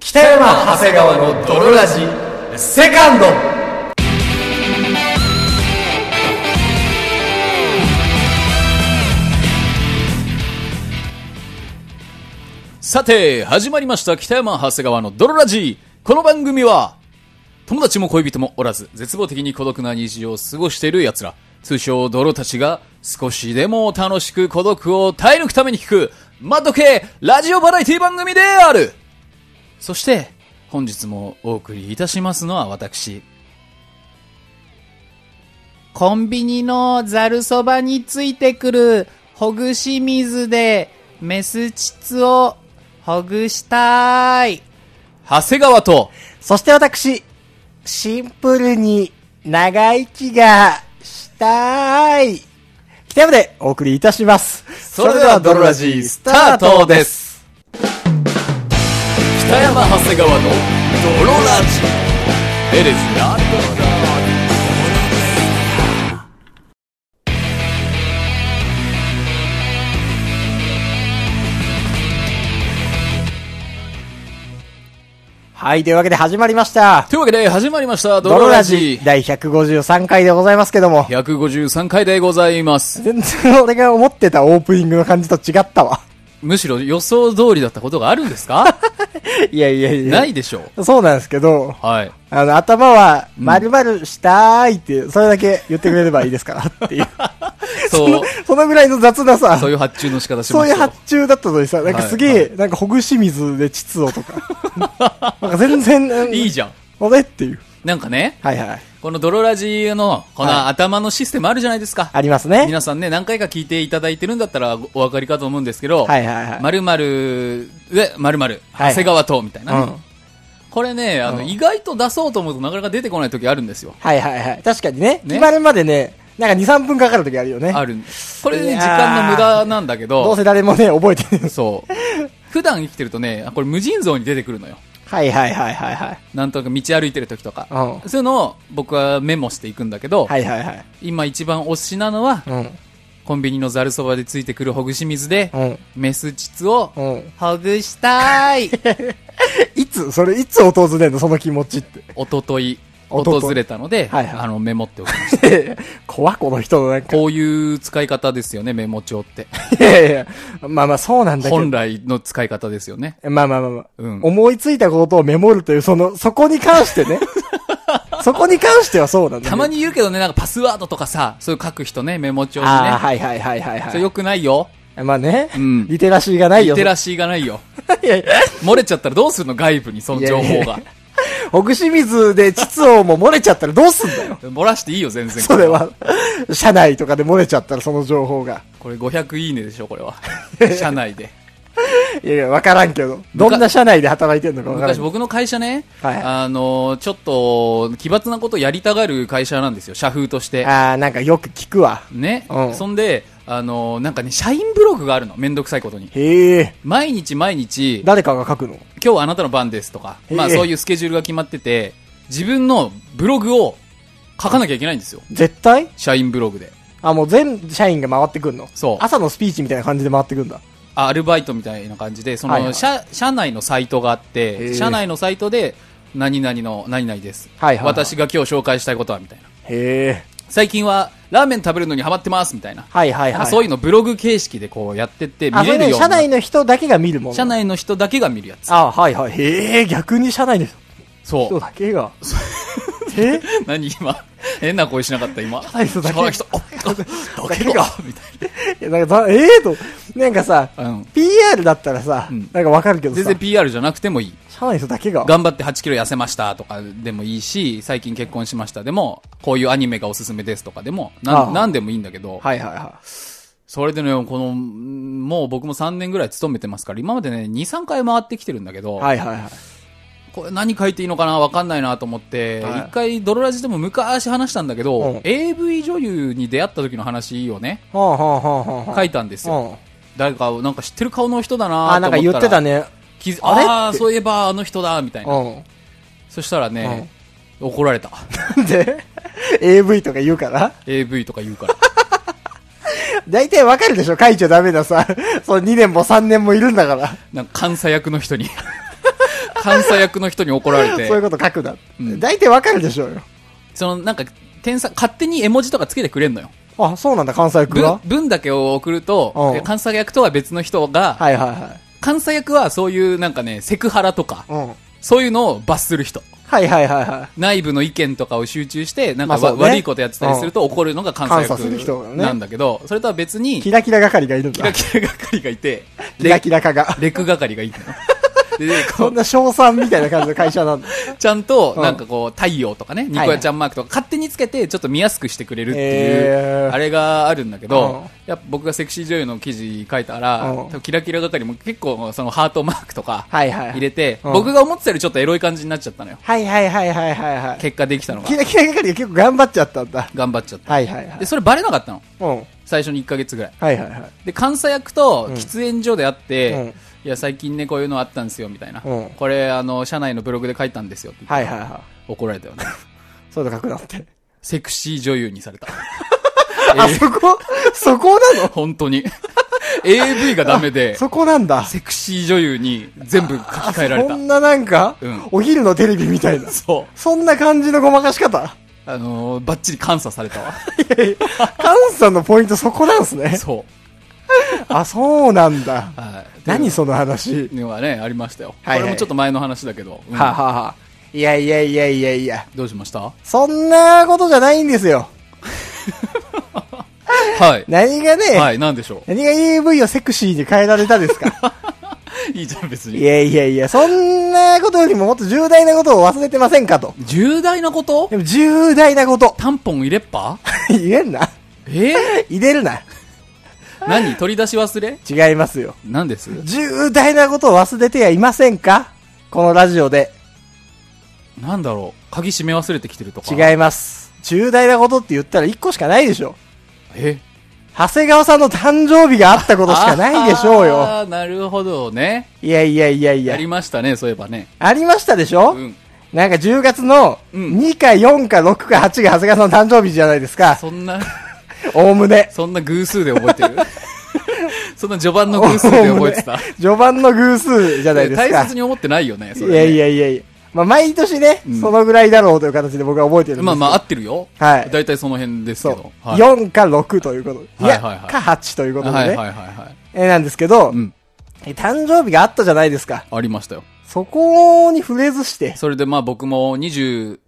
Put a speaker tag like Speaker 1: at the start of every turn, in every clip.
Speaker 1: 北山長谷川の泥ラジセカンド
Speaker 2: さて、始まりました北山長谷川の泥ラジこの番組は、友達も恋人もおらず、絶望的に孤独な日常を過ごしている奴ら、通称泥たちが、少しでも楽しく孤独を耐え抜くために聞く、マッド系ラジオバラエティ番組であるそして、本日もお送りいたしますのは私。
Speaker 3: コンビニのざるそばについてくるほぐし水でメス膣をほぐしたい。
Speaker 2: 長谷川と、
Speaker 4: そして私、シンプルに長生きがしたい。北山でお送りいたします。そ
Speaker 2: です。北山長谷川の泥ラジ。エレスな
Speaker 4: はい、というわけで始まりました。
Speaker 2: というわけで始まりました、
Speaker 4: ド
Speaker 2: 泥
Speaker 4: ロ
Speaker 2: ラ
Speaker 4: ラ
Speaker 2: ジ
Speaker 4: ジ。第153回でございますけども。
Speaker 2: 153回でございます。
Speaker 4: 全然俺が思ってたオープニングの感じと違ったわ。
Speaker 2: むしろ予想通りだったことがあるんですか
Speaker 4: いやいや いや。
Speaker 2: ないでしょ
Speaker 4: そうなんですけど、
Speaker 2: う。はい。
Speaker 4: あの、頭は、〇〇したーいって、それだけ言ってくれればいいですからっていう。
Speaker 2: そう、
Speaker 4: そのぐらいの雑なさ。
Speaker 2: そういう発注の仕方し
Speaker 4: そ
Speaker 2: ま
Speaker 4: う
Speaker 2: し
Speaker 4: いう
Speaker 2: たよ
Speaker 4: 発注だったのにさ、なんかすげえ、
Speaker 2: はい
Speaker 4: なんかほぐし水で膣をとか。 なんか全然、
Speaker 2: いい
Speaker 4: ゃ
Speaker 2: じゃん。
Speaker 4: ん。あれっていう。
Speaker 2: なんかね、
Speaker 4: はいはい。
Speaker 2: この泥ラジの、こ
Speaker 4: は
Speaker 2: の頭のシステムあるじゃないですか。
Speaker 4: ありますね。
Speaker 2: 皆さんね、何回か聞いていただいてるんだったらお分かりかと思うんですけど、
Speaker 4: はいはいはい。
Speaker 2: 〇〇で、〇〇、
Speaker 4: はい
Speaker 2: 長谷川と、みたいなね、
Speaker 4: うん
Speaker 2: これね、あの、意外と出そうと思うとなかなか出てこない時あるんですよ。
Speaker 4: はいはいはい。確かにね、
Speaker 2: ね
Speaker 4: 決まるまでね、なんか2、3分かかる時あるよね。
Speaker 2: あるんです。これ
Speaker 4: い
Speaker 2: ね、
Speaker 4: やー
Speaker 2: 時間の無駄なんだけど、
Speaker 4: どうせ誰もね、覚えてる。
Speaker 2: そう。普段生きてるとね、あこれ無尽蔵に出てくるのよ。
Speaker 4: はいはいはいはいはい。
Speaker 2: なんとなく道歩いてる時とか。
Speaker 4: うん
Speaker 2: そういうのを僕はメモしていくんだけど、
Speaker 4: はいはいはい。
Speaker 2: 今一番推しなのは、
Speaker 4: うん。
Speaker 2: コンビニのざるそばでついてくるほぐし水で、
Speaker 4: うん。
Speaker 2: メス膣を
Speaker 4: うん。
Speaker 3: ほぐした い。
Speaker 4: いつ、それいつ訪れんのその気持ちって。
Speaker 2: 一昨日
Speaker 4: 一昨日
Speaker 2: 訪れたので、
Speaker 4: はいはい
Speaker 2: あのメモっておきました。
Speaker 4: 怖っこの人のなんか。
Speaker 2: こういう使い方ですよね、メモ帳って。
Speaker 4: いやいやまあまあそうなんだけ
Speaker 2: 本
Speaker 4: ど。
Speaker 2: 来の使い方ですよね。
Speaker 4: まあまあまあまあ。
Speaker 2: うん。
Speaker 4: 思いついたことをメモるという、その、そこに関して ね。そこに関してはそうなんだけど
Speaker 2: たまに言うけどね、なんかパスワードとかさ、そういう書く人ね、メモ帳にね。
Speaker 4: ああ、はいはいはいはいは
Speaker 2: それ良くないよ。
Speaker 4: い。まあね
Speaker 2: う。ん。
Speaker 4: リテラシーがない
Speaker 2: リ
Speaker 4: よ。
Speaker 2: テラシーがないよ。
Speaker 4: いやいや
Speaker 2: 漏れちゃったらどうするの外部に、その情
Speaker 4: いや
Speaker 2: 報
Speaker 4: いや
Speaker 2: が。
Speaker 4: ほぐし水で膣をもう漏れちゃったらどうすんだ よ。
Speaker 2: 漏らしていいよ、全然。
Speaker 4: それは、社内とかで漏れちゃったらその情報が。
Speaker 2: これ500いいねでしょ、これ は。社内で。
Speaker 4: いやいや、わからんけど。どんな社内で働いてんのかわから
Speaker 2: 昔
Speaker 4: ん。
Speaker 2: 僕の会社ね、
Speaker 4: はい
Speaker 2: あの、ちょっと、奇抜なことやりたがる会社なんですよ、社風として。
Speaker 4: ああ、なんかよく聞くわ。
Speaker 2: ね
Speaker 4: う。ん
Speaker 2: そんで、あの、なんかね、社員ブログがあるの、めんどくさいことに。
Speaker 4: へえ、
Speaker 2: 毎日毎日、
Speaker 4: 誰かが書くの
Speaker 2: 今日はあなたの番ですとか、
Speaker 4: へえ
Speaker 2: まあそういうスケジュールが決まってて、自分のブログを書かなきゃいけないんですよ。
Speaker 4: 絶対
Speaker 2: 社員ブログで。
Speaker 4: あ、もう全社員が回ってくんの
Speaker 2: そう
Speaker 4: 朝のスピーチみたいな感じで回ってくんだ。
Speaker 2: あアルバイトみたいな感じで、そ
Speaker 4: はいは
Speaker 2: の、
Speaker 4: い
Speaker 2: 社、社内のサイトがあっ
Speaker 4: へ
Speaker 2: て、
Speaker 4: え
Speaker 2: 社内のサイトで、何々の何々です。
Speaker 4: はいはいはい
Speaker 2: 私が今日紹介したいことは、みたいな。
Speaker 4: へえ。
Speaker 2: 最近は、ラーメン食べるのにハマってます、みたいな。
Speaker 4: はいはい
Speaker 2: なん
Speaker 4: は
Speaker 2: か
Speaker 4: い。
Speaker 2: そういうのブログ形式でこうやってって、見
Speaker 4: あ、そ
Speaker 2: れ
Speaker 4: れ
Speaker 2: る
Speaker 4: ね、
Speaker 2: よう
Speaker 4: 社
Speaker 2: にな
Speaker 4: 内の人だけが見るもの。
Speaker 2: 社内の人だけが見るやつ。
Speaker 4: あ、はいはい。へえ、逆に社内の
Speaker 2: そ
Speaker 4: 人
Speaker 2: う。
Speaker 4: だけが。え
Speaker 2: 何今、変な声しなかった今。社
Speaker 4: 内の人だけ
Speaker 2: 内の人、あ、 あだけが、みたい
Speaker 4: いやなんかざええと、なんかさ、
Speaker 2: な。うん。
Speaker 4: PR だったらさ、
Speaker 2: うん
Speaker 4: なんかわかるけどさ、
Speaker 2: 全然 PR じゃなくてもいい。
Speaker 4: 社内の人だけが。
Speaker 2: 頑張って8キロ痩せましたとかでもいいし、最近結婚しましたでも、こういうアニメがおすすめですとかでも、
Speaker 4: あ
Speaker 2: な
Speaker 4: あ
Speaker 2: んなんでもいいんだけど、
Speaker 4: はいはいは
Speaker 2: それでね、この、んもう僕も3年ぐらい勤めてますから、今までね、2、3回回ってきてるんだけど、
Speaker 4: い。はいはいはい。
Speaker 2: これ何書いていいのかなわかんないなと思って、一、
Speaker 4: はい
Speaker 2: 回ドロラジでも昔話したんだけど、
Speaker 4: うん
Speaker 2: AV 女優に出会った時の話をね、
Speaker 4: ほうほうほうほうほう。
Speaker 2: 書いたんですよ。
Speaker 4: うん
Speaker 2: 誰か、なんか知ってる顔の人だな
Speaker 4: あ、
Speaker 2: と思
Speaker 4: な
Speaker 2: っ
Speaker 4: ん
Speaker 2: た
Speaker 4: から言ってたね。
Speaker 2: 気づ
Speaker 4: あれ
Speaker 2: ああ、
Speaker 4: って
Speaker 2: そういえばあの人だ、みたいな。
Speaker 4: う
Speaker 2: そしたらね、怒られた。
Speaker 4: ん。で、AV とか言うから。
Speaker 2: AV とか言う から。
Speaker 4: 大体わかるでしょ書いちゃダメださ。そう、2年も3年もいるんだから。
Speaker 2: なんか監査役の人に監査役の人に怒られて
Speaker 4: そういうこと書くな。
Speaker 2: うん
Speaker 4: 大体わかるでしょうよ。
Speaker 2: そのなんか添削勝手に絵文字とかつけてくれんのよ
Speaker 4: あ、そうなんだ、関西区
Speaker 2: 文
Speaker 4: は
Speaker 2: 文だけを送ると
Speaker 4: うん
Speaker 2: 監査役とは別の人が
Speaker 4: はいはいは
Speaker 2: 監査役はそういうなんかねセクハラとか
Speaker 4: い。うん。
Speaker 2: そういうのを罰する人
Speaker 4: はいはいはいは
Speaker 2: 内部の意見とかを集中してなんかわ、
Speaker 4: まあそうね
Speaker 2: 悪いことやってたりすると怒るのが監査
Speaker 4: 監査する人が
Speaker 2: 役
Speaker 4: ね
Speaker 2: なんだけど、それとは別に
Speaker 4: い。キラキラ係がいるん
Speaker 2: キ
Speaker 4: だ
Speaker 2: ラ。キラ係がいて、
Speaker 4: キラキラ課が。
Speaker 2: レク係がいるの。で、こ
Speaker 4: そんな賞賛みたいな感じの会社なんだ。
Speaker 2: う、ちゃんと、
Speaker 4: うん
Speaker 2: なんかこう、太陽とかね、ニコヤちゃんマークとか、勝手につけて、ちょっと見やすくしてくれるってい
Speaker 4: へ
Speaker 2: う、
Speaker 4: ー
Speaker 2: あれがあるんだけ
Speaker 4: うん
Speaker 2: ど、やっぱ僕がセクシー女優の記事書いたら、
Speaker 4: うん
Speaker 2: 多分キラキラ係も結構、そのハートマークとか、
Speaker 4: はいはい。
Speaker 2: 入れて、
Speaker 4: うん
Speaker 2: 僕が思ってたよりちょっとエロい感じになっちゃったのよ。
Speaker 4: はいはいはいはいはいはい。
Speaker 2: 結果できたのが
Speaker 4: キ。ラキラ係が結構頑張っちゃったんだ。
Speaker 2: 頑張っちゃった。
Speaker 4: はいはいはい
Speaker 2: で、。それバレなかったの。
Speaker 4: うん。はい
Speaker 2: 最初の1ヶ月ぐらい。
Speaker 4: はいはい。
Speaker 2: で監査役と喫煙所であって、
Speaker 4: うん
Speaker 2: いや最近ねこういうのあったんですよみたいな、
Speaker 4: うん
Speaker 2: これあの社内のブログで書いたんですよって言って
Speaker 4: はいはいはい。
Speaker 2: 怒られたよ ね
Speaker 4: そういうの書くなって。
Speaker 2: セクシー女優にされた
Speaker 4: あ、そこそこなの
Speaker 2: 本当に AV がダメで
Speaker 4: そこなんだ。
Speaker 2: セクシー女優に全部書き換えられた
Speaker 4: そんななんか
Speaker 2: うん、
Speaker 4: お昼のテレビみたいな。
Speaker 2: そう
Speaker 4: そんな感じのごまかし方
Speaker 2: あのーバッチリ監査されたわ
Speaker 4: カンさんのポイントそこなんすね。
Speaker 2: そ
Speaker 4: あ、そうなんだ。
Speaker 2: う、はい、
Speaker 4: 何
Speaker 2: そ
Speaker 4: その話。
Speaker 2: のはねありましたよ、
Speaker 4: はいはい
Speaker 2: これもちょっと前の話だけど、うん
Speaker 4: はあはあはあいやいやいやいやいや。
Speaker 2: どうしました
Speaker 4: そんなことじゃないんですよ。
Speaker 2: はい
Speaker 4: 何がね、
Speaker 2: はい何でしょ
Speaker 4: 何が AV をセクシーに変えられたです か
Speaker 2: ういいじゃん別
Speaker 4: い
Speaker 2: に
Speaker 4: やいやいや、そんなことよりももっと重大なことを忘れてませんかと。
Speaker 2: 重大なこと
Speaker 4: でも重大なこと。
Speaker 2: タンポン入れっぱ
Speaker 4: 言えんな。
Speaker 2: えー、
Speaker 4: 入れるな。
Speaker 2: 何取り出し忘れ
Speaker 4: 違いますよ。
Speaker 2: 何です
Speaker 4: 重大なことを忘れてはいませんかこのラジオで。
Speaker 2: 何だろう鍵閉め忘れてきてるとか。う。
Speaker 4: 違います。重大なことって言ったら1個しかないでしょ。
Speaker 2: え
Speaker 4: 長谷川さんの誕生日があったことしかないでしょうよ。
Speaker 2: あーなるほどね。
Speaker 4: いやいやいやい
Speaker 2: や
Speaker 4: や
Speaker 2: り。ましたね、そういえばね。
Speaker 4: ありましたでしょ、
Speaker 2: うん。
Speaker 4: なんか10月の
Speaker 2: うん
Speaker 4: 2か4か6か8が長谷川さんの誕生日じゃないですか。
Speaker 2: そんな、
Speaker 4: おおむね。
Speaker 2: そんな偶数で覚えてる そんな序盤の偶数で覚えて た
Speaker 4: おおむ。ね序盤の偶数じゃないですか。
Speaker 2: 大切に思ってないよね、それ
Speaker 4: い
Speaker 2: ね
Speaker 4: やいやいやいや。まあ、毎年ね、
Speaker 2: うん
Speaker 4: そのぐらいだろうという形で僕は覚えてるんですけど。
Speaker 2: まあまあ合ってるよ。
Speaker 4: はい
Speaker 2: 大体その辺です
Speaker 4: そ
Speaker 2: け
Speaker 4: う
Speaker 2: ど。。はい。
Speaker 4: 4か6ということで。い
Speaker 2: はい
Speaker 4: や、
Speaker 2: はいはい
Speaker 4: か8ということでね。
Speaker 2: はいはいはいはい。
Speaker 4: えーなんですけど、
Speaker 2: うん。
Speaker 4: えー誕生日があったじゃないですか。
Speaker 2: ありましたよ。
Speaker 4: そこに触れずして、
Speaker 2: それでまあ僕も 26?6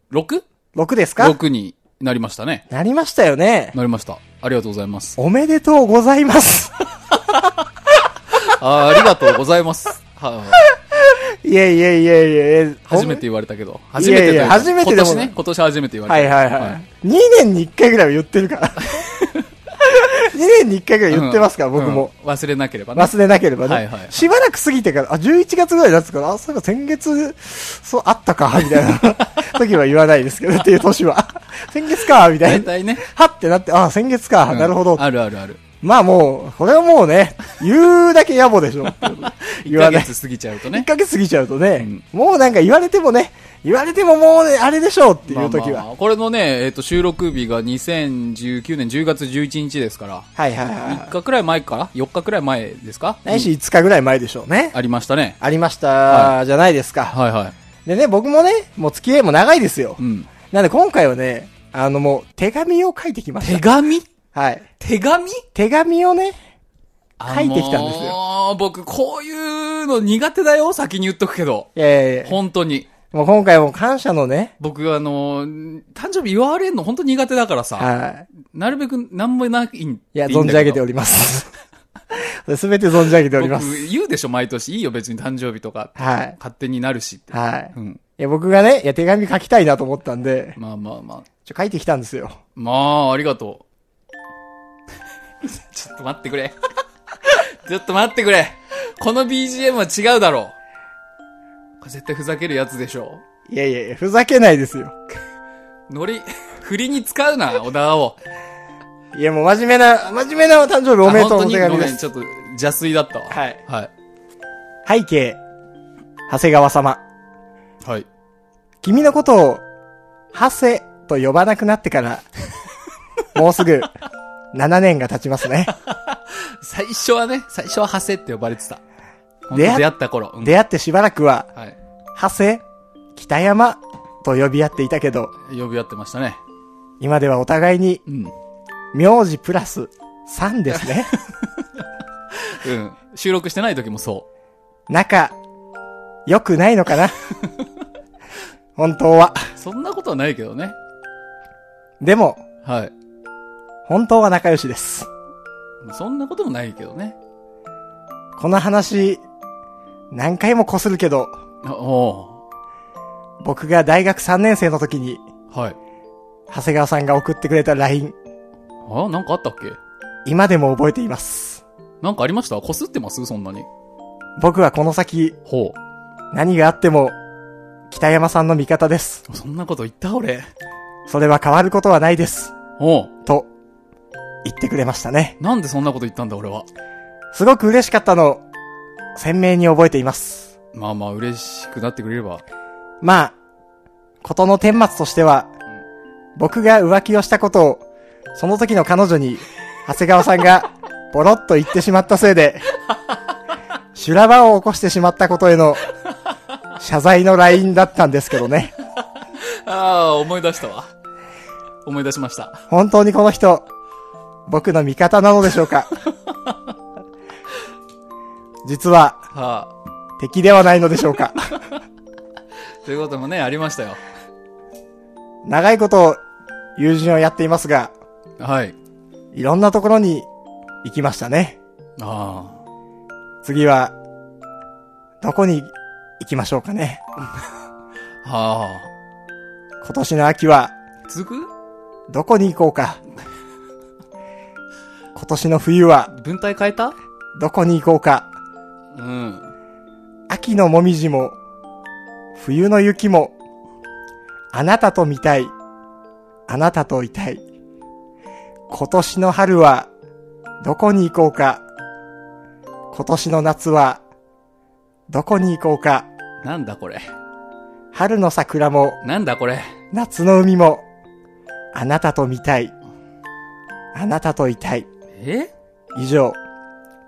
Speaker 4: 6ですか
Speaker 2: になりましたね。
Speaker 4: なりましたよね。
Speaker 2: なりました。ありがとうございます。
Speaker 4: おめでとうございます。
Speaker 2: あーありがとうございます。はい
Speaker 4: やいやいやいやいや、
Speaker 2: 初めて言われたけど。初
Speaker 4: い
Speaker 2: めて
Speaker 4: や
Speaker 2: と
Speaker 4: いうや
Speaker 2: か
Speaker 4: 初めて
Speaker 2: 今
Speaker 4: でも
Speaker 2: 年
Speaker 4: ない
Speaker 2: ね。今年初めて言わ
Speaker 4: は
Speaker 2: れ
Speaker 4: い
Speaker 2: た。
Speaker 4: はいはい。2年に1回ぐらいは言ってるから。2年に1回ぐらい言ってますから、僕も。
Speaker 2: うん。忘れなければね。
Speaker 4: 忘れなければね、
Speaker 2: はいはいはい
Speaker 4: しばらく過ぎてから、あ、11月ぐらいだったから、あ、そういえば先月、そう、あったか、みたいな 時は言わないですけど、っていう年は。 先月か、みた
Speaker 2: 大
Speaker 4: いな。
Speaker 2: 体ね。
Speaker 4: はってなって、あ、先月か、なるほ
Speaker 2: う
Speaker 4: ど
Speaker 2: ん。あるあるある。
Speaker 4: まあもう、これはもうね、言うだけ野暮で しょ。言
Speaker 2: 1
Speaker 4: わ
Speaker 2: ヶ
Speaker 4: ない。
Speaker 2: 月過ぎちゃうと
Speaker 4: 1
Speaker 2: ね。
Speaker 4: ヶ月過ぎちゃうとね、もうなんか言われてもね、言われてももうね、あれでしょうっていう時
Speaker 2: まあま
Speaker 4: は。
Speaker 2: あこれのね、えっと、収録日が2019年10月11日ですから、
Speaker 4: はいはいは
Speaker 2: 3日くらい前から ?4 日くらい前ですか
Speaker 4: い。ないし5日ぐらい前でしょうね。
Speaker 2: ありましたね。
Speaker 4: ありました、じゃないですか。
Speaker 2: はいはい。
Speaker 4: でね、僕もね、もう付き合いも長いですよ。
Speaker 2: うん。
Speaker 4: なんで今回はね、あのもう手紙を書いてきまし
Speaker 2: 手紙
Speaker 4: た。はい。
Speaker 2: 手紙
Speaker 4: 手紙をね、書いてきたんですよ。
Speaker 2: よ。僕、こういうの苦手だよ。先に言っとくけど。
Speaker 4: いやいやいや
Speaker 2: 本当に。
Speaker 4: もう今回も感謝のね、
Speaker 2: 僕、あのー、誕生日言われるの本当苦手だからさ、
Speaker 4: は
Speaker 2: なるべく何もないんでいいん
Speaker 4: い。いや、存じ上げてお
Speaker 2: り
Speaker 4: ります。 すべて存じ上げております。
Speaker 2: 僕言うでしょ、毎年。いいよ、別に誕生日とか。
Speaker 4: はい。
Speaker 2: 勝手になるしって。
Speaker 4: はい。
Speaker 2: うん。
Speaker 4: いや、僕がね、いや、手紙書きたいなと思ったんで、
Speaker 2: まあまあまあ。
Speaker 4: ちょ、書いてきたんですよ。
Speaker 2: まあ、ありがとう。 ちょっと待ってくれ。 ちょっと待ってくれ。この BGM は違うだろう。これ絶対ふざけるやつでしょ。
Speaker 4: いやいやいや、ふざけないですよ。
Speaker 2: ノリ、 振りに使うな、小田を。
Speaker 4: いや、もう真面目な、真面目なお誕生日おめでと
Speaker 2: あ本
Speaker 4: うの
Speaker 2: 当に
Speaker 4: 手紙
Speaker 2: ご
Speaker 4: で
Speaker 2: めん、
Speaker 4: す。
Speaker 2: ちょっと邪推だったわ。
Speaker 4: はい。
Speaker 2: はい。
Speaker 4: 背景、長谷川様。
Speaker 2: はい。
Speaker 4: 君のことを、ハセと呼ばなくなってから、 もうすぐ、7年が経ちますね。
Speaker 2: 最初はね、最初はハセって呼ばれてた。
Speaker 4: 出
Speaker 2: 出
Speaker 4: 会っ
Speaker 2: 会出会った頃。うん
Speaker 4: 出会ってしばらくは、
Speaker 2: はい。
Speaker 4: 長谷、北山と呼び合っていたけど、
Speaker 2: 呼び合ってましたね。
Speaker 4: 今ではお互いに
Speaker 2: うん。
Speaker 4: 名字プラス3ですね。
Speaker 2: うん。収録してない時もそ
Speaker 4: 仲、良くないのかな本当は。
Speaker 2: う。そんなことはないけどね。
Speaker 4: でも、
Speaker 2: はい。
Speaker 4: 本当は仲良しです。
Speaker 2: そんなこともないけどね。
Speaker 4: この話、何回もこするけど、
Speaker 2: あお
Speaker 4: 僕が大学3年生の時に、
Speaker 2: うはい。
Speaker 4: 長谷川さんが送ってくれた LINE、
Speaker 2: あ、なんかあったっけ
Speaker 4: 今でも覚えています。
Speaker 2: なんかありましたこすってますそんなに。
Speaker 4: 僕はこの先、
Speaker 2: ほ
Speaker 4: 何があっても、北山さんの味方です。
Speaker 2: う。そんなこと言った俺。
Speaker 4: それは変わることはないです。
Speaker 2: おう。
Speaker 4: と、言ってくれましたね。
Speaker 2: なんでそんなこと言ったんだ俺は。
Speaker 4: すごく嬉しかったのを、鮮明に覚えています。
Speaker 2: まあまあ嬉しくなってくれれば。
Speaker 4: まあ、ことの顛末としては、僕が浮気をしたことを、その時の彼女に、長谷川さんが、ボロッと言ってしまったせいで、修羅場を起こしてしまったことへの、謝罪の LINE だったんですけどね。
Speaker 2: ああ、思い出したわ。思い出しました。
Speaker 4: 本当にこの人、僕の味方なのでしょうか実は
Speaker 2: はあ。
Speaker 4: 敵ではないのでしょうか
Speaker 2: ということもね、ありましたよ。
Speaker 4: 長いこと友人をやっていますが、
Speaker 2: はい。
Speaker 4: いろんなところに行きましたね。
Speaker 2: あ
Speaker 4: 次は、どこに行きましょうかね。
Speaker 2: あ。は
Speaker 4: 今年の秋は、
Speaker 2: あ。続く
Speaker 4: どこに行こうか。今年の冬は、
Speaker 2: 文体変えた
Speaker 4: どこに行こうか。
Speaker 2: うん。
Speaker 4: 秋のもみじも、冬の雪も、あなたと見たい、あなたといたい。今年の春は、どこに行こうか。今年の夏は、どこに行こうか。
Speaker 2: なんだこれ。
Speaker 4: 春の桜も、
Speaker 2: なんだこれ。
Speaker 4: 夏の海も、あなたと見たい、あなたといたい。
Speaker 2: え
Speaker 4: 以上、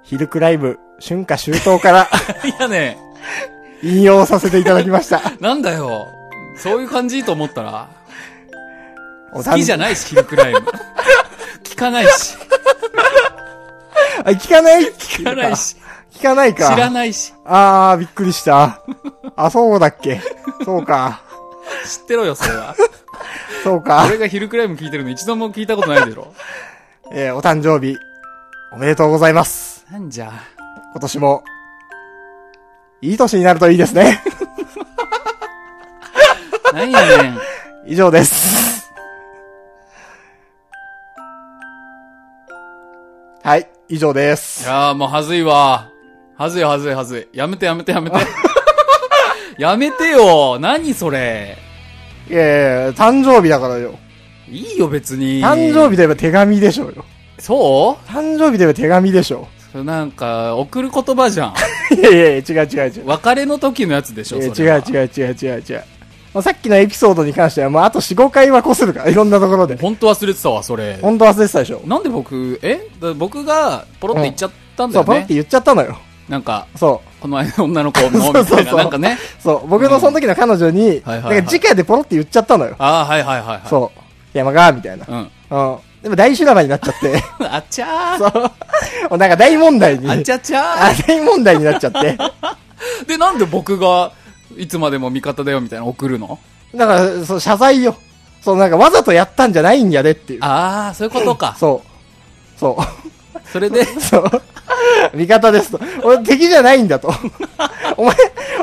Speaker 4: ヒルクライブ、春夏秋冬から
Speaker 2: いやね、
Speaker 4: 引用させていただき ました。
Speaker 2: なんだよ。そういう感じと思ったら。
Speaker 4: お
Speaker 2: 好きじゃないし、ヒルクライム。聞かないし、
Speaker 4: あ、聞かない聞
Speaker 2: 聞かない。し、
Speaker 4: 聞かない
Speaker 2: 知
Speaker 4: か。
Speaker 2: らないし、
Speaker 4: あー、びっくりした。あ、そうだっ け。そうか。
Speaker 2: 知ってろよ、それは。
Speaker 4: そうか。
Speaker 2: 俺がヒルクライム聞いてるの一度も聞いたことないでしょ。
Speaker 4: えーお誕生日、おめでとうございます。
Speaker 2: なんじゃ。
Speaker 4: 今年も、いい年になるといいですね。
Speaker 2: なんやねん。
Speaker 4: 以上です。 はい、以上で
Speaker 2: い
Speaker 4: す。
Speaker 2: やーもうはずいわ。はずいはずいはずい。やめてやめて やめて。やめてよ。何それ。
Speaker 4: いやいや誕生日だからよ。
Speaker 2: いいよ別に。
Speaker 4: 誕生日といえば手紙でしょうよ。
Speaker 2: そ
Speaker 4: 誕生日といえば手紙でしょ
Speaker 2: うそれなんか、送る言葉じゃん。
Speaker 4: う。いやいやいや違う違う違う。
Speaker 2: 別れの時のやつでしょ、
Speaker 4: え
Speaker 2: それは
Speaker 4: 違う違う違う違う違う。まあ、さっきのエピソードに関しては、まあ、あと4、5回はこするから、いろんなところで。
Speaker 2: 本当忘れてたわ、それ。
Speaker 4: 本当忘れてたでしょ。
Speaker 2: なんで僕、えだ僕が、ポロって言っちゃったんだ
Speaker 4: そ
Speaker 2: よ
Speaker 4: う、ポロっ
Speaker 2: ね
Speaker 4: て。言っちゃったのよ。
Speaker 2: なんか、
Speaker 4: そ
Speaker 2: この間女の子も、
Speaker 4: そう
Speaker 2: み
Speaker 4: そうそう
Speaker 2: たいな、なんかね。
Speaker 4: う。そう、僕のその時の彼女に、
Speaker 2: はいはい
Speaker 4: な
Speaker 2: はい
Speaker 4: んか直でポロって言っちゃったのよ。
Speaker 2: ああ、はいはいはいはい。
Speaker 4: そう。山が、みたいな。
Speaker 2: う。ん。
Speaker 4: うん。でも大修羅場になっちゃって、
Speaker 2: あちゃ
Speaker 4: そ
Speaker 2: ー。
Speaker 4: う。 なんか大問題に。
Speaker 2: あちゃちゃ
Speaker 4: あ大問題になっちゃって。
Speaker 2: ー。で、なんで僕が、いつまでも味方だよ、みたいな送るの
Speaker 4: だから、そう、謝罪よ。そう、なんかわざとやったんじゃないんやでっていう。
Speaker 2: ああ、そういうこと か。
Speaker 4: そう。そう。
Speaker 2: それで、
Speaker 4: そう。味方ですと。俺敵じゃないんだと。お前、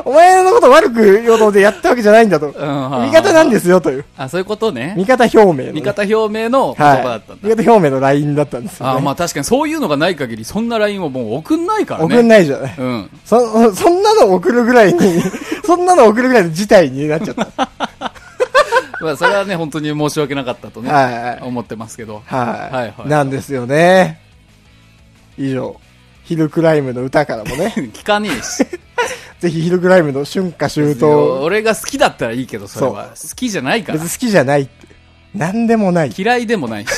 Speaker 4: お前のこと悪く言おうと思ってやったわけじゃないんだと。味
Speaker 2: はあ
Speaker 4: 方なんですよという。
Speaker 2: あそういうことね。
Speaker 4: 味方表明のね。
Speaker 2: 味方表明の言葉だったんだ。
Speaker 4: はい。味方表明の LINE だったんですよ、ね。
Speaker 2: ああ、まあ確かにそういうのがない限り、そんな LINE をもう送んないからね。
Speaker 4: 送んないじゃない。
Speaker 2: うん。
Speaker 4: そ、 そんなの送るぐらいに、そんなの送るぐらいの事態になっちゃった。
Speaker 2: まあそれはね、本当に申し訳なかったとね、
Speaker 4: はいはい
Speaker 2: 思ってますけど。
Speaker 4: はい。
Speaker 2: はいはい
Speaker 4: なんですよね。以上。ヒルクライムの歌から もね。
Speaker 2: 聞かねえ し。
Speaker 4: ぜひヒルクライムの春夏秋冬。
Speaker 2: 俺が好きだったらいいけど、それは。好きじゃないか
Speaker 4: 別
Speaker 2: ら
Speaker 4: に。好きじゃないって。なんでもない。
Speaker 2: 嫌いでもないし。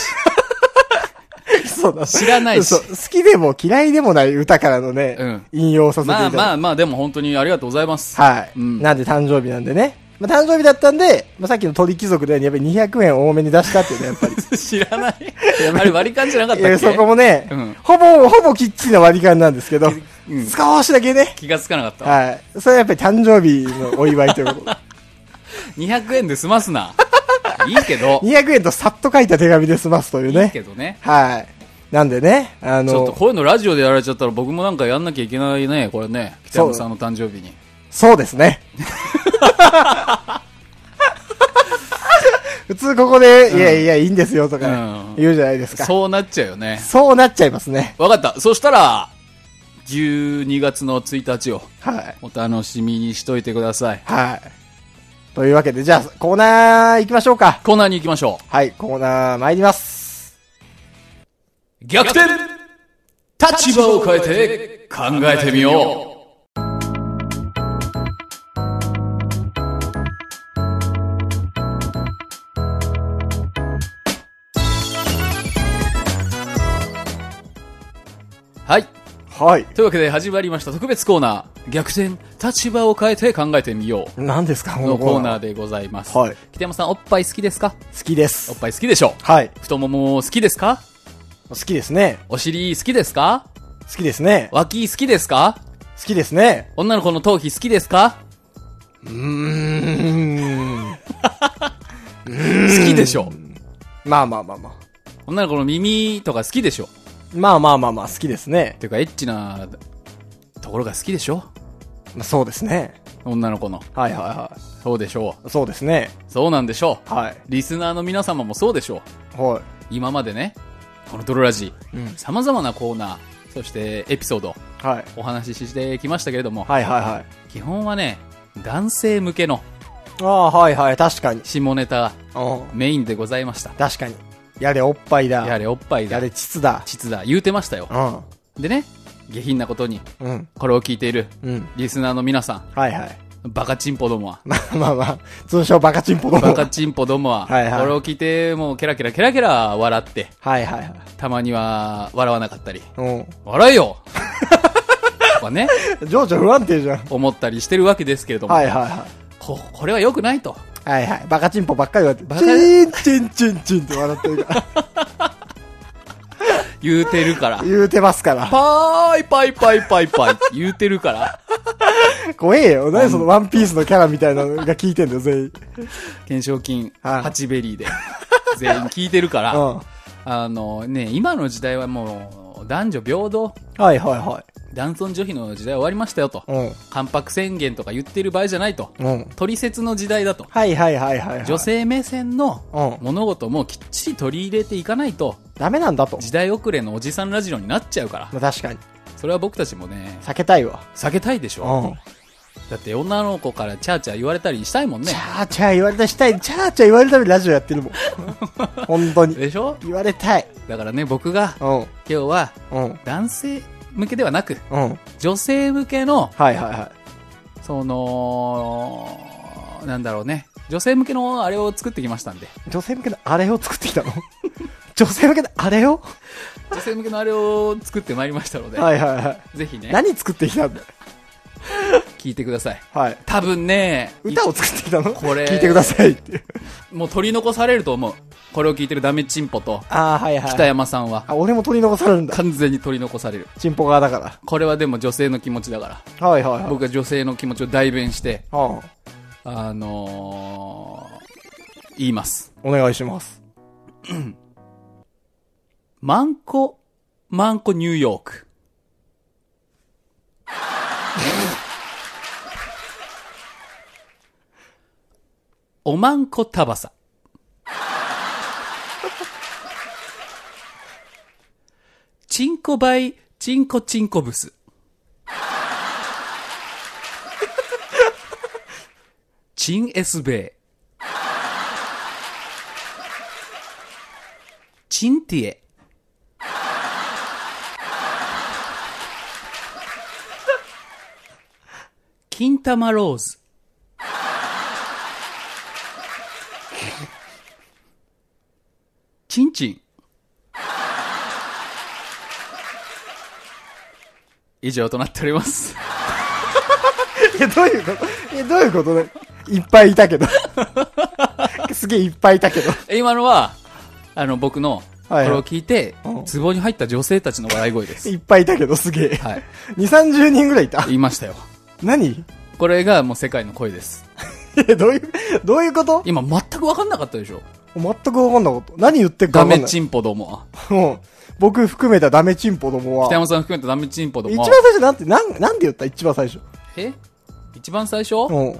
Speaker 4: その
Speaker 2: 知らないし
Speaker 4: そう好きでも嫌いでもない歌からのね、
Speaker 2: うん
Speaker 4: 引用させてい
Speaker 2: まあ
Speaker 4: ただいて。
Speaker 2: まあまあ、でも本当にありがとうございます。
Speaker 4: はい、
Speaker 2: うん
Speaker 4: なんで誕生日なんでね。まあ、誕生日だったんで、まあ、さっきの鳥貴族で、やっぱり200円多めに出したっていうね、やっ ぱり。
Speaker 2: 知らない。あれ割り勘じゃなかっ
Speaker 4: い
Speaker 2: た
Speaker 4: や
Speaker 2: っ
Speaker 4: そこ
Speaker 2: け
Speaker 4: もね、
Speaker 2: うん
Speaker 4: ほぼ、ほぼきっちりな割り勘なんですけど、
Speaker 2: うん
Speaker 4: 少しだけね。
Speaker 2: 気がつかなかった。
Speaker 4: はい。それはやっぱり誕生日のお祝いということで。
Speaker 2: 200円で済ます な。いいけど、
Speaker 4: 200円とさっと書いた手紙で済ますという
Speaker 2: いい
Speaker 4: ね。
Speaker 2: けどね。
Speaker 4: はい。なんでね、あ
Speaker 2: ちょっと
Speaker 4: の、
Speaker 2: こういうのラジオでやられちゃったら僕もなんかやんなきゃいけないね、これね。北山さんの誕生日に。
Speaker 4: そうで すね。普通ここで、いやいや、いいんですよとか
Speaker 2: うん
Speaker 4: 言うじゃないですか。
Speaker 2: そうなっちゃうよね。
Speaker 4: そうなっちゃいますね。
Speaker 2: わかった。そしたら、12月の1日を
Speaker 4: はい。
Speaker 2: お楽しみにしといてください。
Speaker 4: はい。というわけで、じゃあ、コーナー行きましょうか。
Speaker 2: コーナーに行きましょ
Speaker 4: はい、コーナー参ります。
Speaker 2: う。逆転立場を変えて考えてみよう。はい。
Speaker 4: はい。
Speaker 2: というわけで始まりました特別コーナー、逆転、立場を変えて考えてみよ
Speaker 4: 何ですか、
Speaker 2: う
Speaker 4: こ
Speaker 2: の
Speaker 4: の
Speaker 2: コ
Speaker 4: コ
Speaker 2: ー
Speaker 4: ー
Speaker 2: ナ
Speaker 4: ナ
Speaker 2: ー
Speaker 4: ー。
Speaker 2: でございます。
Speaker 4: はい。
Speaker 2: 北山さん、おっぱい好きですか
Speaker 4: 好きです
Speaker 2: おっ。ぱい好きでしょ
Speaker 4: はい。
Speaker 2: う。太もも好きですか
Speaker 4: 好きですね。
Speaker 2: お尻好きですか
Speaker 4: 好きですね。
Speaker 2: 脇好きですか
Speaker 4: 好きですね。
Speaker 2: 女の子の頭皮好きですか
Speaker 4: うーん。
Speaker 2: 好きでしょ
Speaker 4: まあまあまあまあ。
Speaker 2: 女の子の耳とか好きでしょっ
Speaker 4: まあまあまあまあ、好きですね。
Speaker 2: ていうか、エッチなところが好きでしょ
Speaker 4: まあ、そうですね。
Speaker 2: 女の子の。
Speaker 4: はいはいは
Speaker 2: そうでしょう。
Speaker 4: い。そうですね。
Speaker 2: そうなんでしょう。
Speaker 4: はい。
Speaker 2: リスナーの皆様もそうでしょう。
Speaker 4: は
Speaker 2: 今までね、このドロラジ
Speaker 4: い。うん。
Speaker 2: 様々なコーナー、そしてエピソード、
Speaker 4: はい。
Speaker 2: お話ししてきましたけれども、
Speaker 4: はいはいはい。
Speaker 2: 基本はね、男性向けの
Speaker 4: ああ、はいはい。確かに。
Speaker 2: 下ネタ
Speaker 4: うん。
Speaker 2: メインでございました。
Speaker 4: 確かに。やれおっぱいだ。
Speaker 2: やれおっぱい
Speaker 4: や
Speaker 2: だ、
Speaker 4: れ膣だ。
Speaker 2: 膣だ、言うてましたよ。
Speaker 4: うん。
Speaker 2: でね、下品なことに、
Speaker 4: うん。
Speaker 2: これを聞いている
Speaker 4: うん。
Speaker 2: リスナーの皆さん、
Speaker 4: はいはい。
Speaker 2: バカチンポども は、
Speaker 4: まあまあまあ、通称バカチンポの
Speaker 2: バカチンポどもは、
Speaker 4: はいはい
Speaker 2: これを聞いて、もうケラケラケラケラ笑って、
Speaker 4: はいはいはい。
Speaker 2: たまには笑わなかったり、
Speaker 4: う
Speaker 2: 笑え よとかね、
Speaker 4: ん。情緒不安定じゃん。
Speaker 2: 思ったりしてるわけですけれども、
Speaker 4: はいはいはい。
Speaker 2: ここれは良くないと。
Speaker 4: はいはい。バカチンポばっかり笑って、
Speaker 2: バ
Speaker 4: チ
Speaker 2: カ
Speaker 4: ーンチンチンチンって笑ってるから。
Speaker 2: 言うてるから。
Speaker 4: 言うてますから。
Speaker 2: パーイパイパイパイパイって言うてるから。
Speaker 4: 怖えよ。何そのワンピースのキャラみたいなのが聞いてんだよ、全員。
Speaker 2: 懸賞金
Speaker 4: はい
Speaker 2: 8ベリーで。全員聞いてるから。
Speaker 4: うん。
Speaker 2: あのね、今の時代はもう男女平等、
Speaker 4: はいはいは
Speaker 2: 男尊女卑の時代は終わりましたよと。
Speaker 4: い。うん。
Speaker 2: 関白宣言とか言ってる場合じゃないと。
Speaker 4: うん。
Speaker 2: 取説の時代だと。
Speaker 4: はいはいはいはい、はい。
Speaker 2: 女性目線の
Speaker 4: うん
Speaker 2: 物事もきっちり取り入れていかないと、
Speaker 4: ダメなんだと。
Speaker 2: 時代遅れのおじさんラジオになっちゃうから。
Speaker 4: まあ、確かに。
Speaker 2: それは僕たちもね、
Speaker 4: 避けたいわ。
Speaker 2: 避けたいでし
Speaker 4: う
Speaker 2: ょ。
Speaker 4: ん。
Speaker 2: だって女の子からチャーチャー言われたりしたいもんね
Speaker 4: チ。ャーチャー言われたしたい。チャーチャー言われるためにラジオやってる もん。本当に。
Speaker 2: でしょ
Speaker 4: 言われたい。
Speaker 2: だからね、僕が
Speaker 4: うん。
Speaker 2: 今日は
Speaker 4: うん。
Speaker 2: 男性向けではなく、
Speaker 4: うん。はい
Speaker 2: 女性向けの、
Speaker 4: はいは
Speaker 2: その、なんだろうね。女性向けのあれを作ってきましたんで。
Speaker 4: い。女性向けのあれを作ってき たの女性向けのあれを
Speaker 2: 女性向けのあれを作ってまいりましたので、
Speaker 4: はいはいはい。
Speaker 2: ぜひね、
Speaker 4: 何作ってきたんだよ
Speaker 2: 聞いてください。
Speaker 4: はい。
Speaker 2: 多分ね、
Speaker 4: 歌を作ってきたの
Speaker 2: これ
Speaker 4: 聞いてくださいっていう。
Speaker 2: もう取り残されると思う。これを聞いてるダメチンポと、
Speaker 4: ああ、はいはい。
Speaker 2: 北山さんは、
Speaker 4: あ、俺も取り残されるんだ。
Speaker 2: 完全に取り残される。
Speaker 4: チンポ側だか
Speaker 2: これはでも女性の気持ちだから。
Speaker 4: ら。はいはいはい。
Speaker 2: 僕は女性の気持ちを代弁して、
Speaker 4: は
Speaker 2: あのー、言います。
Speaker 4: お願いします。
Speaker 2: マンコ、マンコニューヨーク。おまんこたばさ。チンコバイ、チンコチンコブス。チンエスベイ。チンティエ。金玉ローズ。チンチン。以上となっております。
Speaker 4: いや、どういうことえ、どういうことだいっぱいい たけど。すげえいっぱいいたけど。
Speaker 2: 今のは、あの、僕の、こ
Speaker 4: はいはい
Speaker 2: れを聞いて
Speaker 4: うん、
Speaker 2: 壺、に入った女性たちの笑い声です。
Speaker 4: いっぱいいたけど、すげえ。
Speaker 2: はい。
Speaker 4: 2、30人ぐらいいた。
Speaker 2: 言いましたよ。
Speaker 4: 何
Speaker 2: これがもう世界の声です。
Speaker 4: え、どういう、どういうこと
Speaker 2: 今全く分かんなかったでしょ
Speaker 4: 全くわかんなかった。何言ってるか
Speaker 2: ダ
Speaker 4: わか
Speaker 2: メ
Speaker 4: んない。
Speaker 2: チンポどもは。
Speaker 4: うん。僕含めたダメチンポどもは
Speaker 2: 北。山さん含めたダメチンポど
Speaker 4: 一
Speaker 2: も
Speaker 4: 番
Speaker 2: は。
Speaker 4: 最初なんて、なん、なんで言った一番最初。
Speaker 2: え一番最初、
Speaker 4: うん。い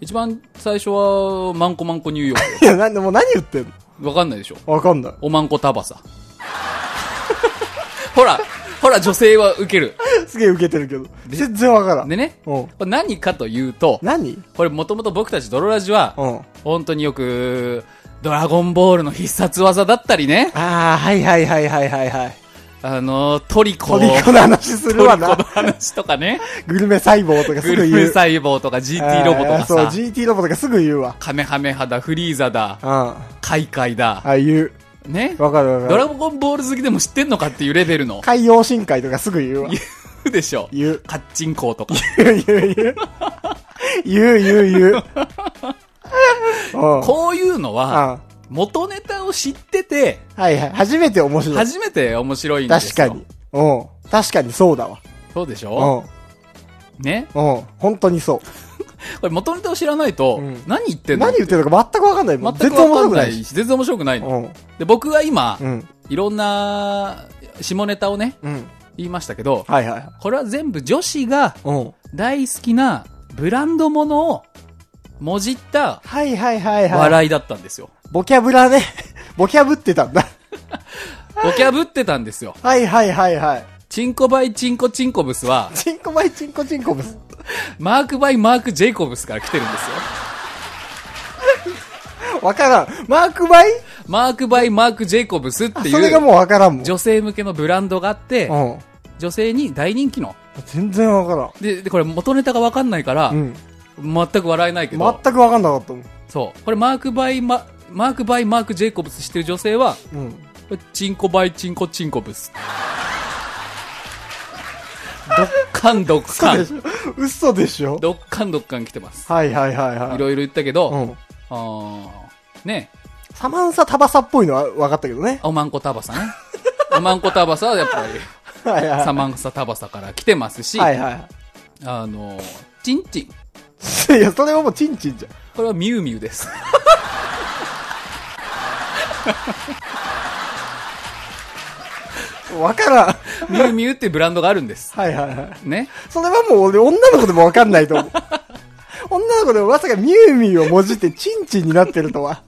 Speaker 2: 一番最初は、マンコマンコニューヨー
Speaker 4: や、なんでもう何言ってん
Speaker 2: ク。わかんないでしょ
Speaker 4: のわかんない。
Speaker 2: おまんこタバサ。 ほら、ほら女性はウケる。
Speaker 4: すげえ受けてるけど。全然わからん。
Speaker 2: でね、
Speaker 4: うん。
Speaker 2: これ何かというと、
Speaker 4: 何うん。
Speaker 2: これもともと僕たちドロラジは、
Speaker 4: あ
Speaker 2: 本当によく、ドラゴンボールの必殺技だったりね、
Speaker 4: あー、はいはいはいはいはいはい。
Speaker 2: あの、トリコ
Speaker 4: トリコの話する
Speaker 2: ト
Speaker 4: わ
Speaker 2: リコの
Speaker 4: な。
Speaker 2: 話とかね、
Speaker 4: グルメ細胞とかす
Speaker 2: グ
Speaker 4: ぐ
Speaker 2: ル
Speaker 4: 言う。
Speaker 2: メ細胞とか GT ロボと
Speaker 4: あー
Speaker 2: か
Speaker 4: そう、
Speaker 2: さ、
Speaker 4: GT ロボとかすぐ言うわ。
Speaker 2: カメハメハだ、フリーザだ、
Speaker 4: うん。あ
Speaker 2: カイカイだ、
Speaker 4: あ、言う。
Speaker 2: ね、
Speaker 4: わかるわかる。
Speaker 2: ドラゴンボール好きでも知ってんのかっていうレベルの、
Speaker 4: 海洋深海とかすぐ言うわ。
Speaker 2: 言うでしょ。
Speaker 4: 言う。
Speaker 2: カッチンコとか。
Speaker 4: 言う、言う、言う。言う、言う、 言う。うん。
Speaker 2: こういうのは、
Speaker 4: あ
Speaker 2: 元ネタを知ってて、
Speaker 4: はいはい。初めて面白い。
Speaker 2: 初めて面白いんです
Speaker 4: 確
Speaker 2: よ。
Speaker 4: かに。。うん。確かにそうだわ。
Speaker 2: そうでしょ
Speaker 4: う
Speaker 2: ね。
Speaker 4: ん。うん。本当にそう。
Speaker 2: これ元ネタを知らないと
Speaker 4: うん、
Speaker 2: 何言ってんの
Speaker 4: 何言ってるのか全くわかんないも
Speaker 2: 全
Speaker 4: ん。
Speaker 2: く
Speaker 4: 全然
Speaker 2: わ
Speaker 4: 面
Speaker 2: かん
Speaker 4: 白く
Speaker 2: な
Speaker 4: ないいし。
Speaker 2: し、全然面白くないの。
Speaker 4: うん。
Speaker 2: で、僕は今、
Speaker 4: うん。
Speaker 2: いろんな、下ネタをね、
Speaker 4: うん。
Speaker 2: 言いましたけど、
Speaker 4: はいはいはい。
Speaker 2: これは全部女子が
Speaker 4: うん。
Speaker 2: 大好きなブランドものを、もじった
Speaker 4: はいはいはいはい。
Speaker 2: 笑いだったんですよ。
Speaker 4: ボキャブラね。 ボキャブってたんだ。
Speaker 2: ボキャブってたんですよ。
Speaker 4: はいはいはいはい。
Speaker 2: チンコバイチンコチンコブスは、
Speaker 4: チンコバイチンコチンコブス。
Speaker 2: マークバイマーク・ジェイコブスから来てるんですよ。
Speaker 4: わからん。マークバイ
Speaker 2: マークバイマーク・ジェイコブスって
Speaker 4: あそれ
Speaker 2: い
Speaker 4: が
Speaker 2: う
Speaker 4: もうわからんもん。
Speaker 2: 女性向けのブランドがあって、
Speaker 4: うん。
Speaker 2: 女性に大人気の。
Speaker 4: 全然わか
Speaker 2: で、でこれ元ネタがわかんないから、
Speaker 4: らん。うん。
Speaker 2: 全く笑えないけ
Speaker 4: 全く
Speaker 2: ど
Speaker 4: わ、かんなかったもん。
Speaker 2: そう。これマークバイマ、マークバイマーク・ジェイコブスしてる女性は、
Speaker 4: うん。
Speaker 2: チンコバイチンコチンコブス。ドッカンドッカ
Speaker 4: 嘘で
Speaker 2: ン。
Speaker 4: しょ嘘でしょ
Speaker 2: ドッカンドッカン来てます。
Speaker 4: はいはいはいはいい。
Speaker 2: ろいろ言ったけど、
Speaker 4: うん。
Speaker 2: あーね、
Speaker 4: サマンサタバサっぽいのはわかったけどね。
Speaker 2: おまんこタバサね。おまんこタバサはやっぱり。
Speaker 4: はいはい。
Speaker 2: サマンサタバサから来てますし、
Speaker 4: はい は
Speaker 2: あの、チンチン。
Speaker 4: い。いや、それはもうチンチンじゃん。
Speaker 2: これはミュウミュウです。
Speaker 4: わからん。
Speaker 2: ミュウミュウっていうブランドがあるんです。
Speaker 4: はいはいはい。
Speaker 2: ね。
Speaker 4: それはもう俺女の子でもわかんない と思う。女の子でもまさかミュウミュウをもじってチンチンになってるとは。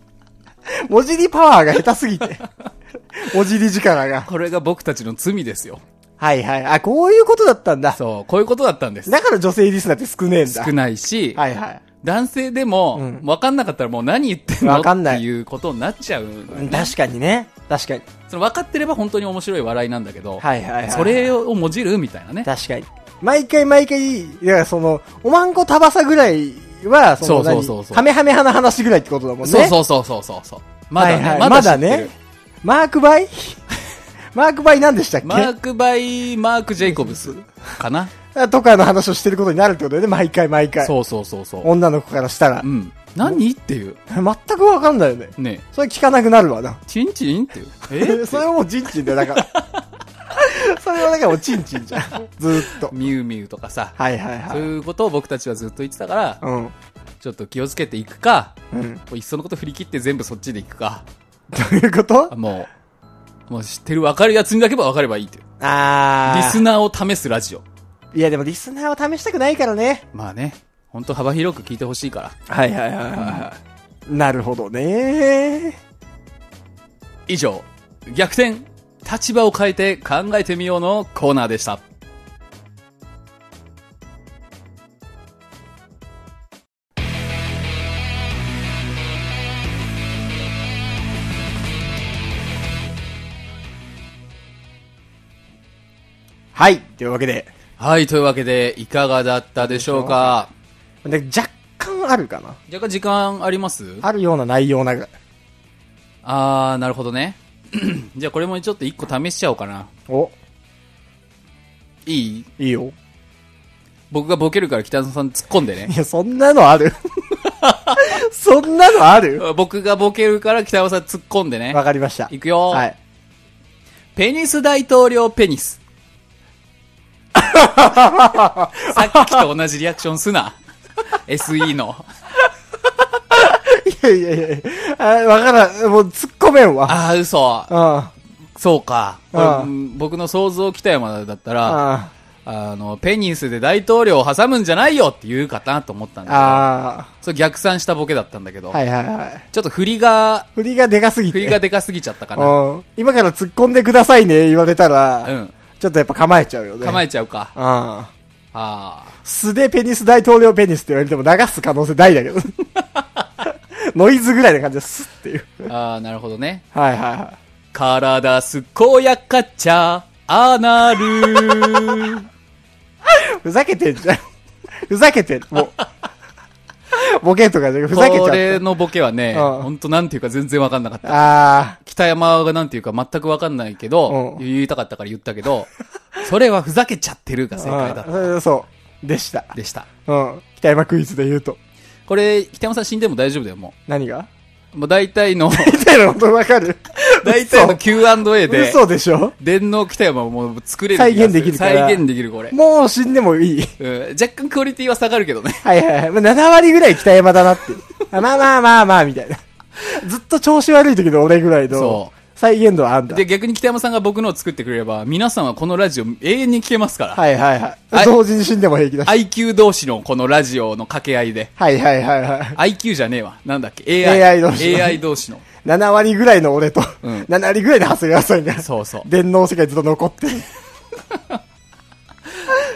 Speaker 4: もじりパワーが下手すぎて。もじり力が。
Speaker 2: これが僕たちの罪ですよ。
Speaker 4: はいはい。あ、こういうことだったんだ。
Speaker 2: そう、こういうことだったんです。
Speaker 4: だから女性リスナーって少ねえんだ。
Speaker 2: 少ないし、
Speaker 4: はいはい。
Speaker 2: 男性でも、
Speaker 4: うん
Speaker 2: わかんなかったらもう何言ってんの
Speaker 4: わかんない
Speaker 2: っていうことになっちゃうのよね。
Speaker 4: 確かにね。確かに。
Speaker 2: その分かってれば本当に面白い笑いなんだけど、
Speaker 4: はいはいはい。
Speaker 2: それをもじるみたいなね。
Speaker 4: 確かに。毎回毎回、いや、その、おまんこたばさぐらいは、
Speaker 2: そ
Speaker 4: その、
Speaker 2: うそう
Speaker 4: 何
Speaker 2: そうそう
Speaker 4: ハメハメ派の話ぐらいってことだもんね。
Speaker 2: そうそうそうそうそうそう。まだね、
Speaker 4: はいはい
Speaker 2: ま
Speaker 4: ま
Speaker 2: だ
Speaker 4: だ
Speaker 2: 知ってる
Speaker 4: ね。。マークバイ マークバイ何でしたっ
Speaker 2: マー
Speaker 4: け
Speaker 2: クバイマーク・ジェイコブスかな。
Speaker 4: とかの話をしてることになるってことだよね、毎回毎回。
Speaker 2: そうそうそうそう。
Speaker 4: 女の子からしたら
Speaker 2: う。ん。何っていう。
Speaker 4: 全くわかんないよね。
Speaker 2: ね
Speaker 4: それ聞かなくなるわな。
Speaker 2: チンチンっていう。え
Speaker 4: それはもうチンチンだよ、だから。 それはだからもうチンチンじゃん。ずーっと。
Speaker 2: ミュウミュウとかさ。
Speaker 4: はいはい
Speaker 2: そ
Speaker 4: は
Speaker 2: う
Speaker 4: い。
Speaker 2: いうことを僕たちはずっと言ってたから、
Speaker 4: うん。
Speaker 2: ちょっと気をつけていくか、
Speaker 4: うん。
Speaker 2: もういっそのこと振り切って全部そっちでいくか、
Speaker 4: どういうこと
Speaker 2: あもう、もう知ってる分かるやつにだけば分かればいいっていう。
Speaker 4: あ
Speaker 2: リ
Speaker 4: ー
Speaker 2: スナーを試すラジオ。
Speaker 4: いやでもリスナーを試したくないからね。
Speaker 2: まあね、ほんと幅広く聞いてほしいから。
Speaker 4: はいはいはいはい。なるほどね。
Speaker 2: 以上、逆転、立場を変えて考えてみようのコーナーでした。
Speaker 4: はい。というわけで。
Speaker 2: はい、というわけで、いかがだったでしょうか
Speaker 4: で若干あるかな。
Speaker 2: 若干時間あります
Speaker 4: あるような内容なぐらい。
Speaker 2: あー、なる ほどね。じゃあこれもちょっと一個試しちゃおうかな。
Speaker 4: お。
Speaker 2: いい
Speaker 4: いいよ。
Speaker 2: 僕がボケるから北野さん突っ込んでね。
Speaker 4: いや、そんなのあるそんなのある
Speaker 2: 僕がボケるから北野さん突っ込んでね
Speaker 4: わ。かりました。
Speaker 2: いくよ、
Speaker 4: はい。
Speaker 2: ペニス大統領ペニ ス。さっきと同じリアクションす な。SE の。
Speaker 4: いやいやいやいやあわからん。もう突っ込めんわ。
Speaker 2: ああ、嘘。
Speaker 4: あ
Speaker 2: そうか。こ
Speaker 4: ああ
Speaker 2: れうん僕の想像北山だったら、
Speaker 4: あ
Speaker 2: あの、ペニスで大統領を挟むんじゃないよって言うかなと思ったん
Speaker 4: あ
Speaker 2: だけど、
Speaker 4: あ
Speaker 2: それ逆算したボケだったんだけど、
Speaker 4: あはいはいはい。
Speaker 2: ちょっと振りが、
Speaker 4: 振りがでかすぎて。
Speaker 2: 振りがでかすぎちゃったかな。
Speaker 4: うん。今から突っ込んでくださいね、言われたら、
Speaker 2: うん。
Speaker 4: ちょっとやっぱ構えちゃうよね。
Speaker 2: 構
Speaker 4: え
Speaker 2: えちゃうか。
Speaker 4: ああ。
Speaker 2: あ
Speaker 4: 素でペニス大統領ペニスって言われても流す可能性大だけ ど。ノイズぐらいな感じですスッっていう。
Speaker 2: ーあー、なるほどね。
Speaker 4: はいはいはい。
Speaker 2: 体すっこやかちゃ、あなる。
Speaker 4: ふざけてんじゃん。 ふざけてる。 もう。ボケとかじゃな くてふざけちゃ
Speaker 2: これ
Speaker 4: って。
Speaker 2: のボケはね、
Speaker 4: うん
Speaker 2: ほんとなんていうか全然わかんなかった。
Speaker 4: あ
Speaker 2: 北山がなんていうか全くわかんないけど、
Speaker 4: うん
Speaker 2: 言いたかったから言ったけど、それはふざけちゃってるが
Speaker 4: あ。
Speaker 2: 正解だった。
Speaker 4: うんそう。でした。
Speaker 2: でした。
Speaker 4: うん。北山クイズで言うと。
Speaker 2: これ、北山さん死んでも大丈夫だよ、も
Speaker 4: 何が
Speaker 2: う。もう大体 の、
Speaker 4: みたいなことわかる
Speaker 2: 大体の Q&A で、
Speaker 4: 嘘でしょ
Speaker 2: 電脳北山もう作れる気がす
Speaker 4: 再現できるから
Speaker 2: 再現できる、これ。
Speaker 4: もう死んでもいい。
Speaker 2: うん、若干クオリティは下がるけどね。
Speaker 4: はいはいはい。まあ7割ぐらい北山だなって。あまあまあまあまあ、みたいな。ずっと調子悪い時の俺ぐらいの
Speaker 2: そ
Speaker 4: 再現度はあんだ。
Speaker 2: で、逆に北山さんが僕のを作ってくれれば、皆さんはこのラジオ永遠に聞けますから。
Speaker 4: はいはいは。
Speaker 2: はいい
Speaker 4: 同時に死んでも平気だし。
Speaker 2: IQ 同士のこのラジオの掛け合いで。
Speaker 4: はいはいはいはい。
Speaker 2: IQ じゃねえわ。なんだっけ ?AI。
Speaker 4: AI 同士の
Speaker 2: AI 同士の。
Speaker 4: 7割ぐらいの俺と、
Speaker 2: うん
Speaker 4: 7割ぐらいの長谷川さんが、
Speaker 2: そうそう
Speaker 4: 電脳世界ずっと残ってる。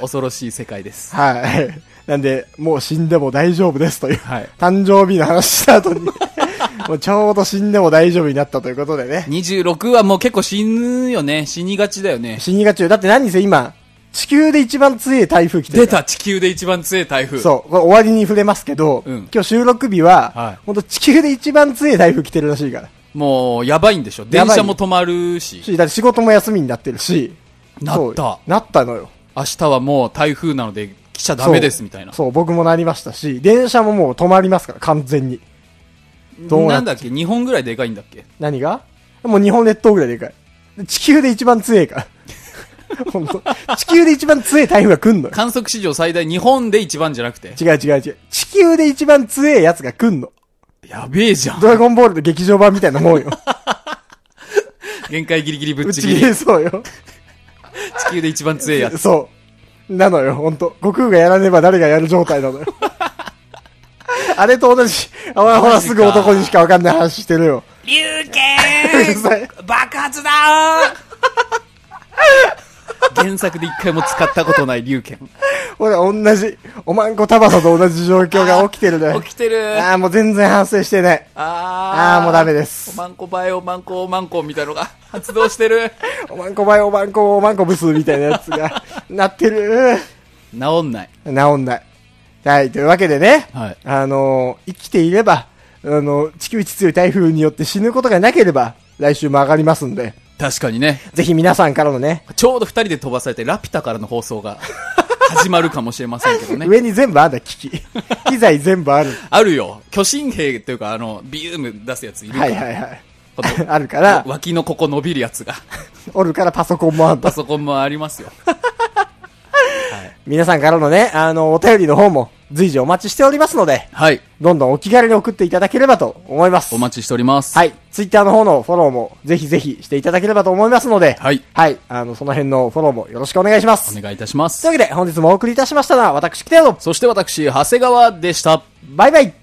Speaker 2: 恐ろしい世界です。
Speaker 4: はい。なんで、もう死んでも大丈夫ですという、
Speaker 2: はい
Speaker 4: 誕生日の話した 後に、もうちょうど死んでも大丈夫になったということでね。
Speaker 2: 26はもう結構死ぬよね。死にがちだよね。
Speaker 4: 死にがちよ。だって何せ今、地球で一番強い台風来て
Speaker 2: 出
Speaker 4: るから。
Speaker 2: た、地球で一番強い台風。
Speaker 4: そう。これ終わりに触れますけど、
Speaker 2: うん
Speaker 4: 今日収録日は、
Speaker 2: はい
Speaker 4: 本当地球で一番強い台風来てるらしいから。
Speaker 2: もう、やばいんでしょ。
Speaker 4: や
Speaker 2: 電
Speaker 4: ばい
Speaker 2: 車も止まるし。
Speaker 4: し、だって仕事も休みになってるし。
Speaker 2: なった
Speaker 4: そうなったのよ。
Speaker 2: 明日はもう台風なので来ちゃダメですみたいな。
Speaker 4: そう、そう僕もなりましたし、電車ももう止まりますから、完全に。どうなっ
Speaker 2: んだっけ日本ぐらいでかいんだっけ
Speaker 4: 何がもう日本列島ぐらいでかい。地球で一番強 いから。本当地球で一番強い台風が来んのよ。
Speaker 2: 観測史上最大、日本で一番じゃなくて。
Speaker 4: 違う違う違う。地球で一番強いやつが来んの。
Speaker 2: やべえじゃん。
Speaker 4: ドラゴンボールの劇場版みたい なもんよ。
Speaker 2: 限界ギリギリぶ
Speaker 4: う
Speaker 2: っ
Speaker 4: ち
Speaker 2: ちぎり。
Speaker 4: 切そうよ。
Speaker 2: 地球で一番強いや つ。
Speaker 4: そう。なのよ、ほんと。悟空がやらねば誰がやる状態なの よ。あれと同じ、あわほらすぐ男にしかわかんない話してるよ。
Speaker 2: 龍
Speaker 4: うるさい
Speaker 2: 拳爆発だ原作で一回も使ったことない龍拳。
Speaker 4: ほら、同じ、おまんこたばさと同じ状況が起きてるね。
Speaker 2: 起きてる。
Speaker 4: ああ、もう全然反省してない。
Speaker 2: あ
Speaker 4: あーもうダメです
Speaker 2: おまんこばえおまんこおまんこみたいのが発動してる。
Speaker 4: おまんこばいおまんこおまんこブスみたいなやつ が、なってる。
Speaker 2: 治んない。
Speaker 4: 治んない。はい、というわけでね。
Speaker 2: はい
Speaker 4: あのー生きていれば、あのー地球一強い台風によって死ぬことがなければ、来週も上がりますんで、
Speaker 2: 確かにね。
Speaker 4: ぜひ皆さんからのね、
Speaker 2: ちょうど二人で飛ばされて、ラピュタからの放送が始まるかもしれませんけどね。
Speaker 4: 上に全部あんだ、機 器。機材全部ある。
Speaker 2: あるよ。巨神兵というか、あの、ビウム出すやついるから。
Speaker 4: はいは いはい。
Speaker 2: この
Speaker 4: あるから、
Speaker 2: 脇のここ伸びるやつが。
Speaker 4: おるからパソコンもあん
Speaker 2: パ
Speaker 4: だ。
Speaker 2: ソコンもありますよ。
Speaker 4: 皆さんからのね、あのーお便りの方も随時お待ちしておりますので、
Speaker 2: はい。
Speaker 4: どんどんお気軽に送っていただければと思います。
Speaker 2: お待ちしております。
Speaker 4: はい。ツイッターの方のフォローもぜひぜひしていただければと思いますので、
Speaker 2: はい
Speaker 4: はい。あの、その辺のフォローもよろしくお願いします。
Speaker 2: お願いいたしま
Speaker 4: とい
Speaker 2: す。
Speaker 4: うわけで、本日もお送りいたしましたのは、私、キテヤの、
Speaker 2: そして私、長谷川でした。
Speaker 4: バイバイ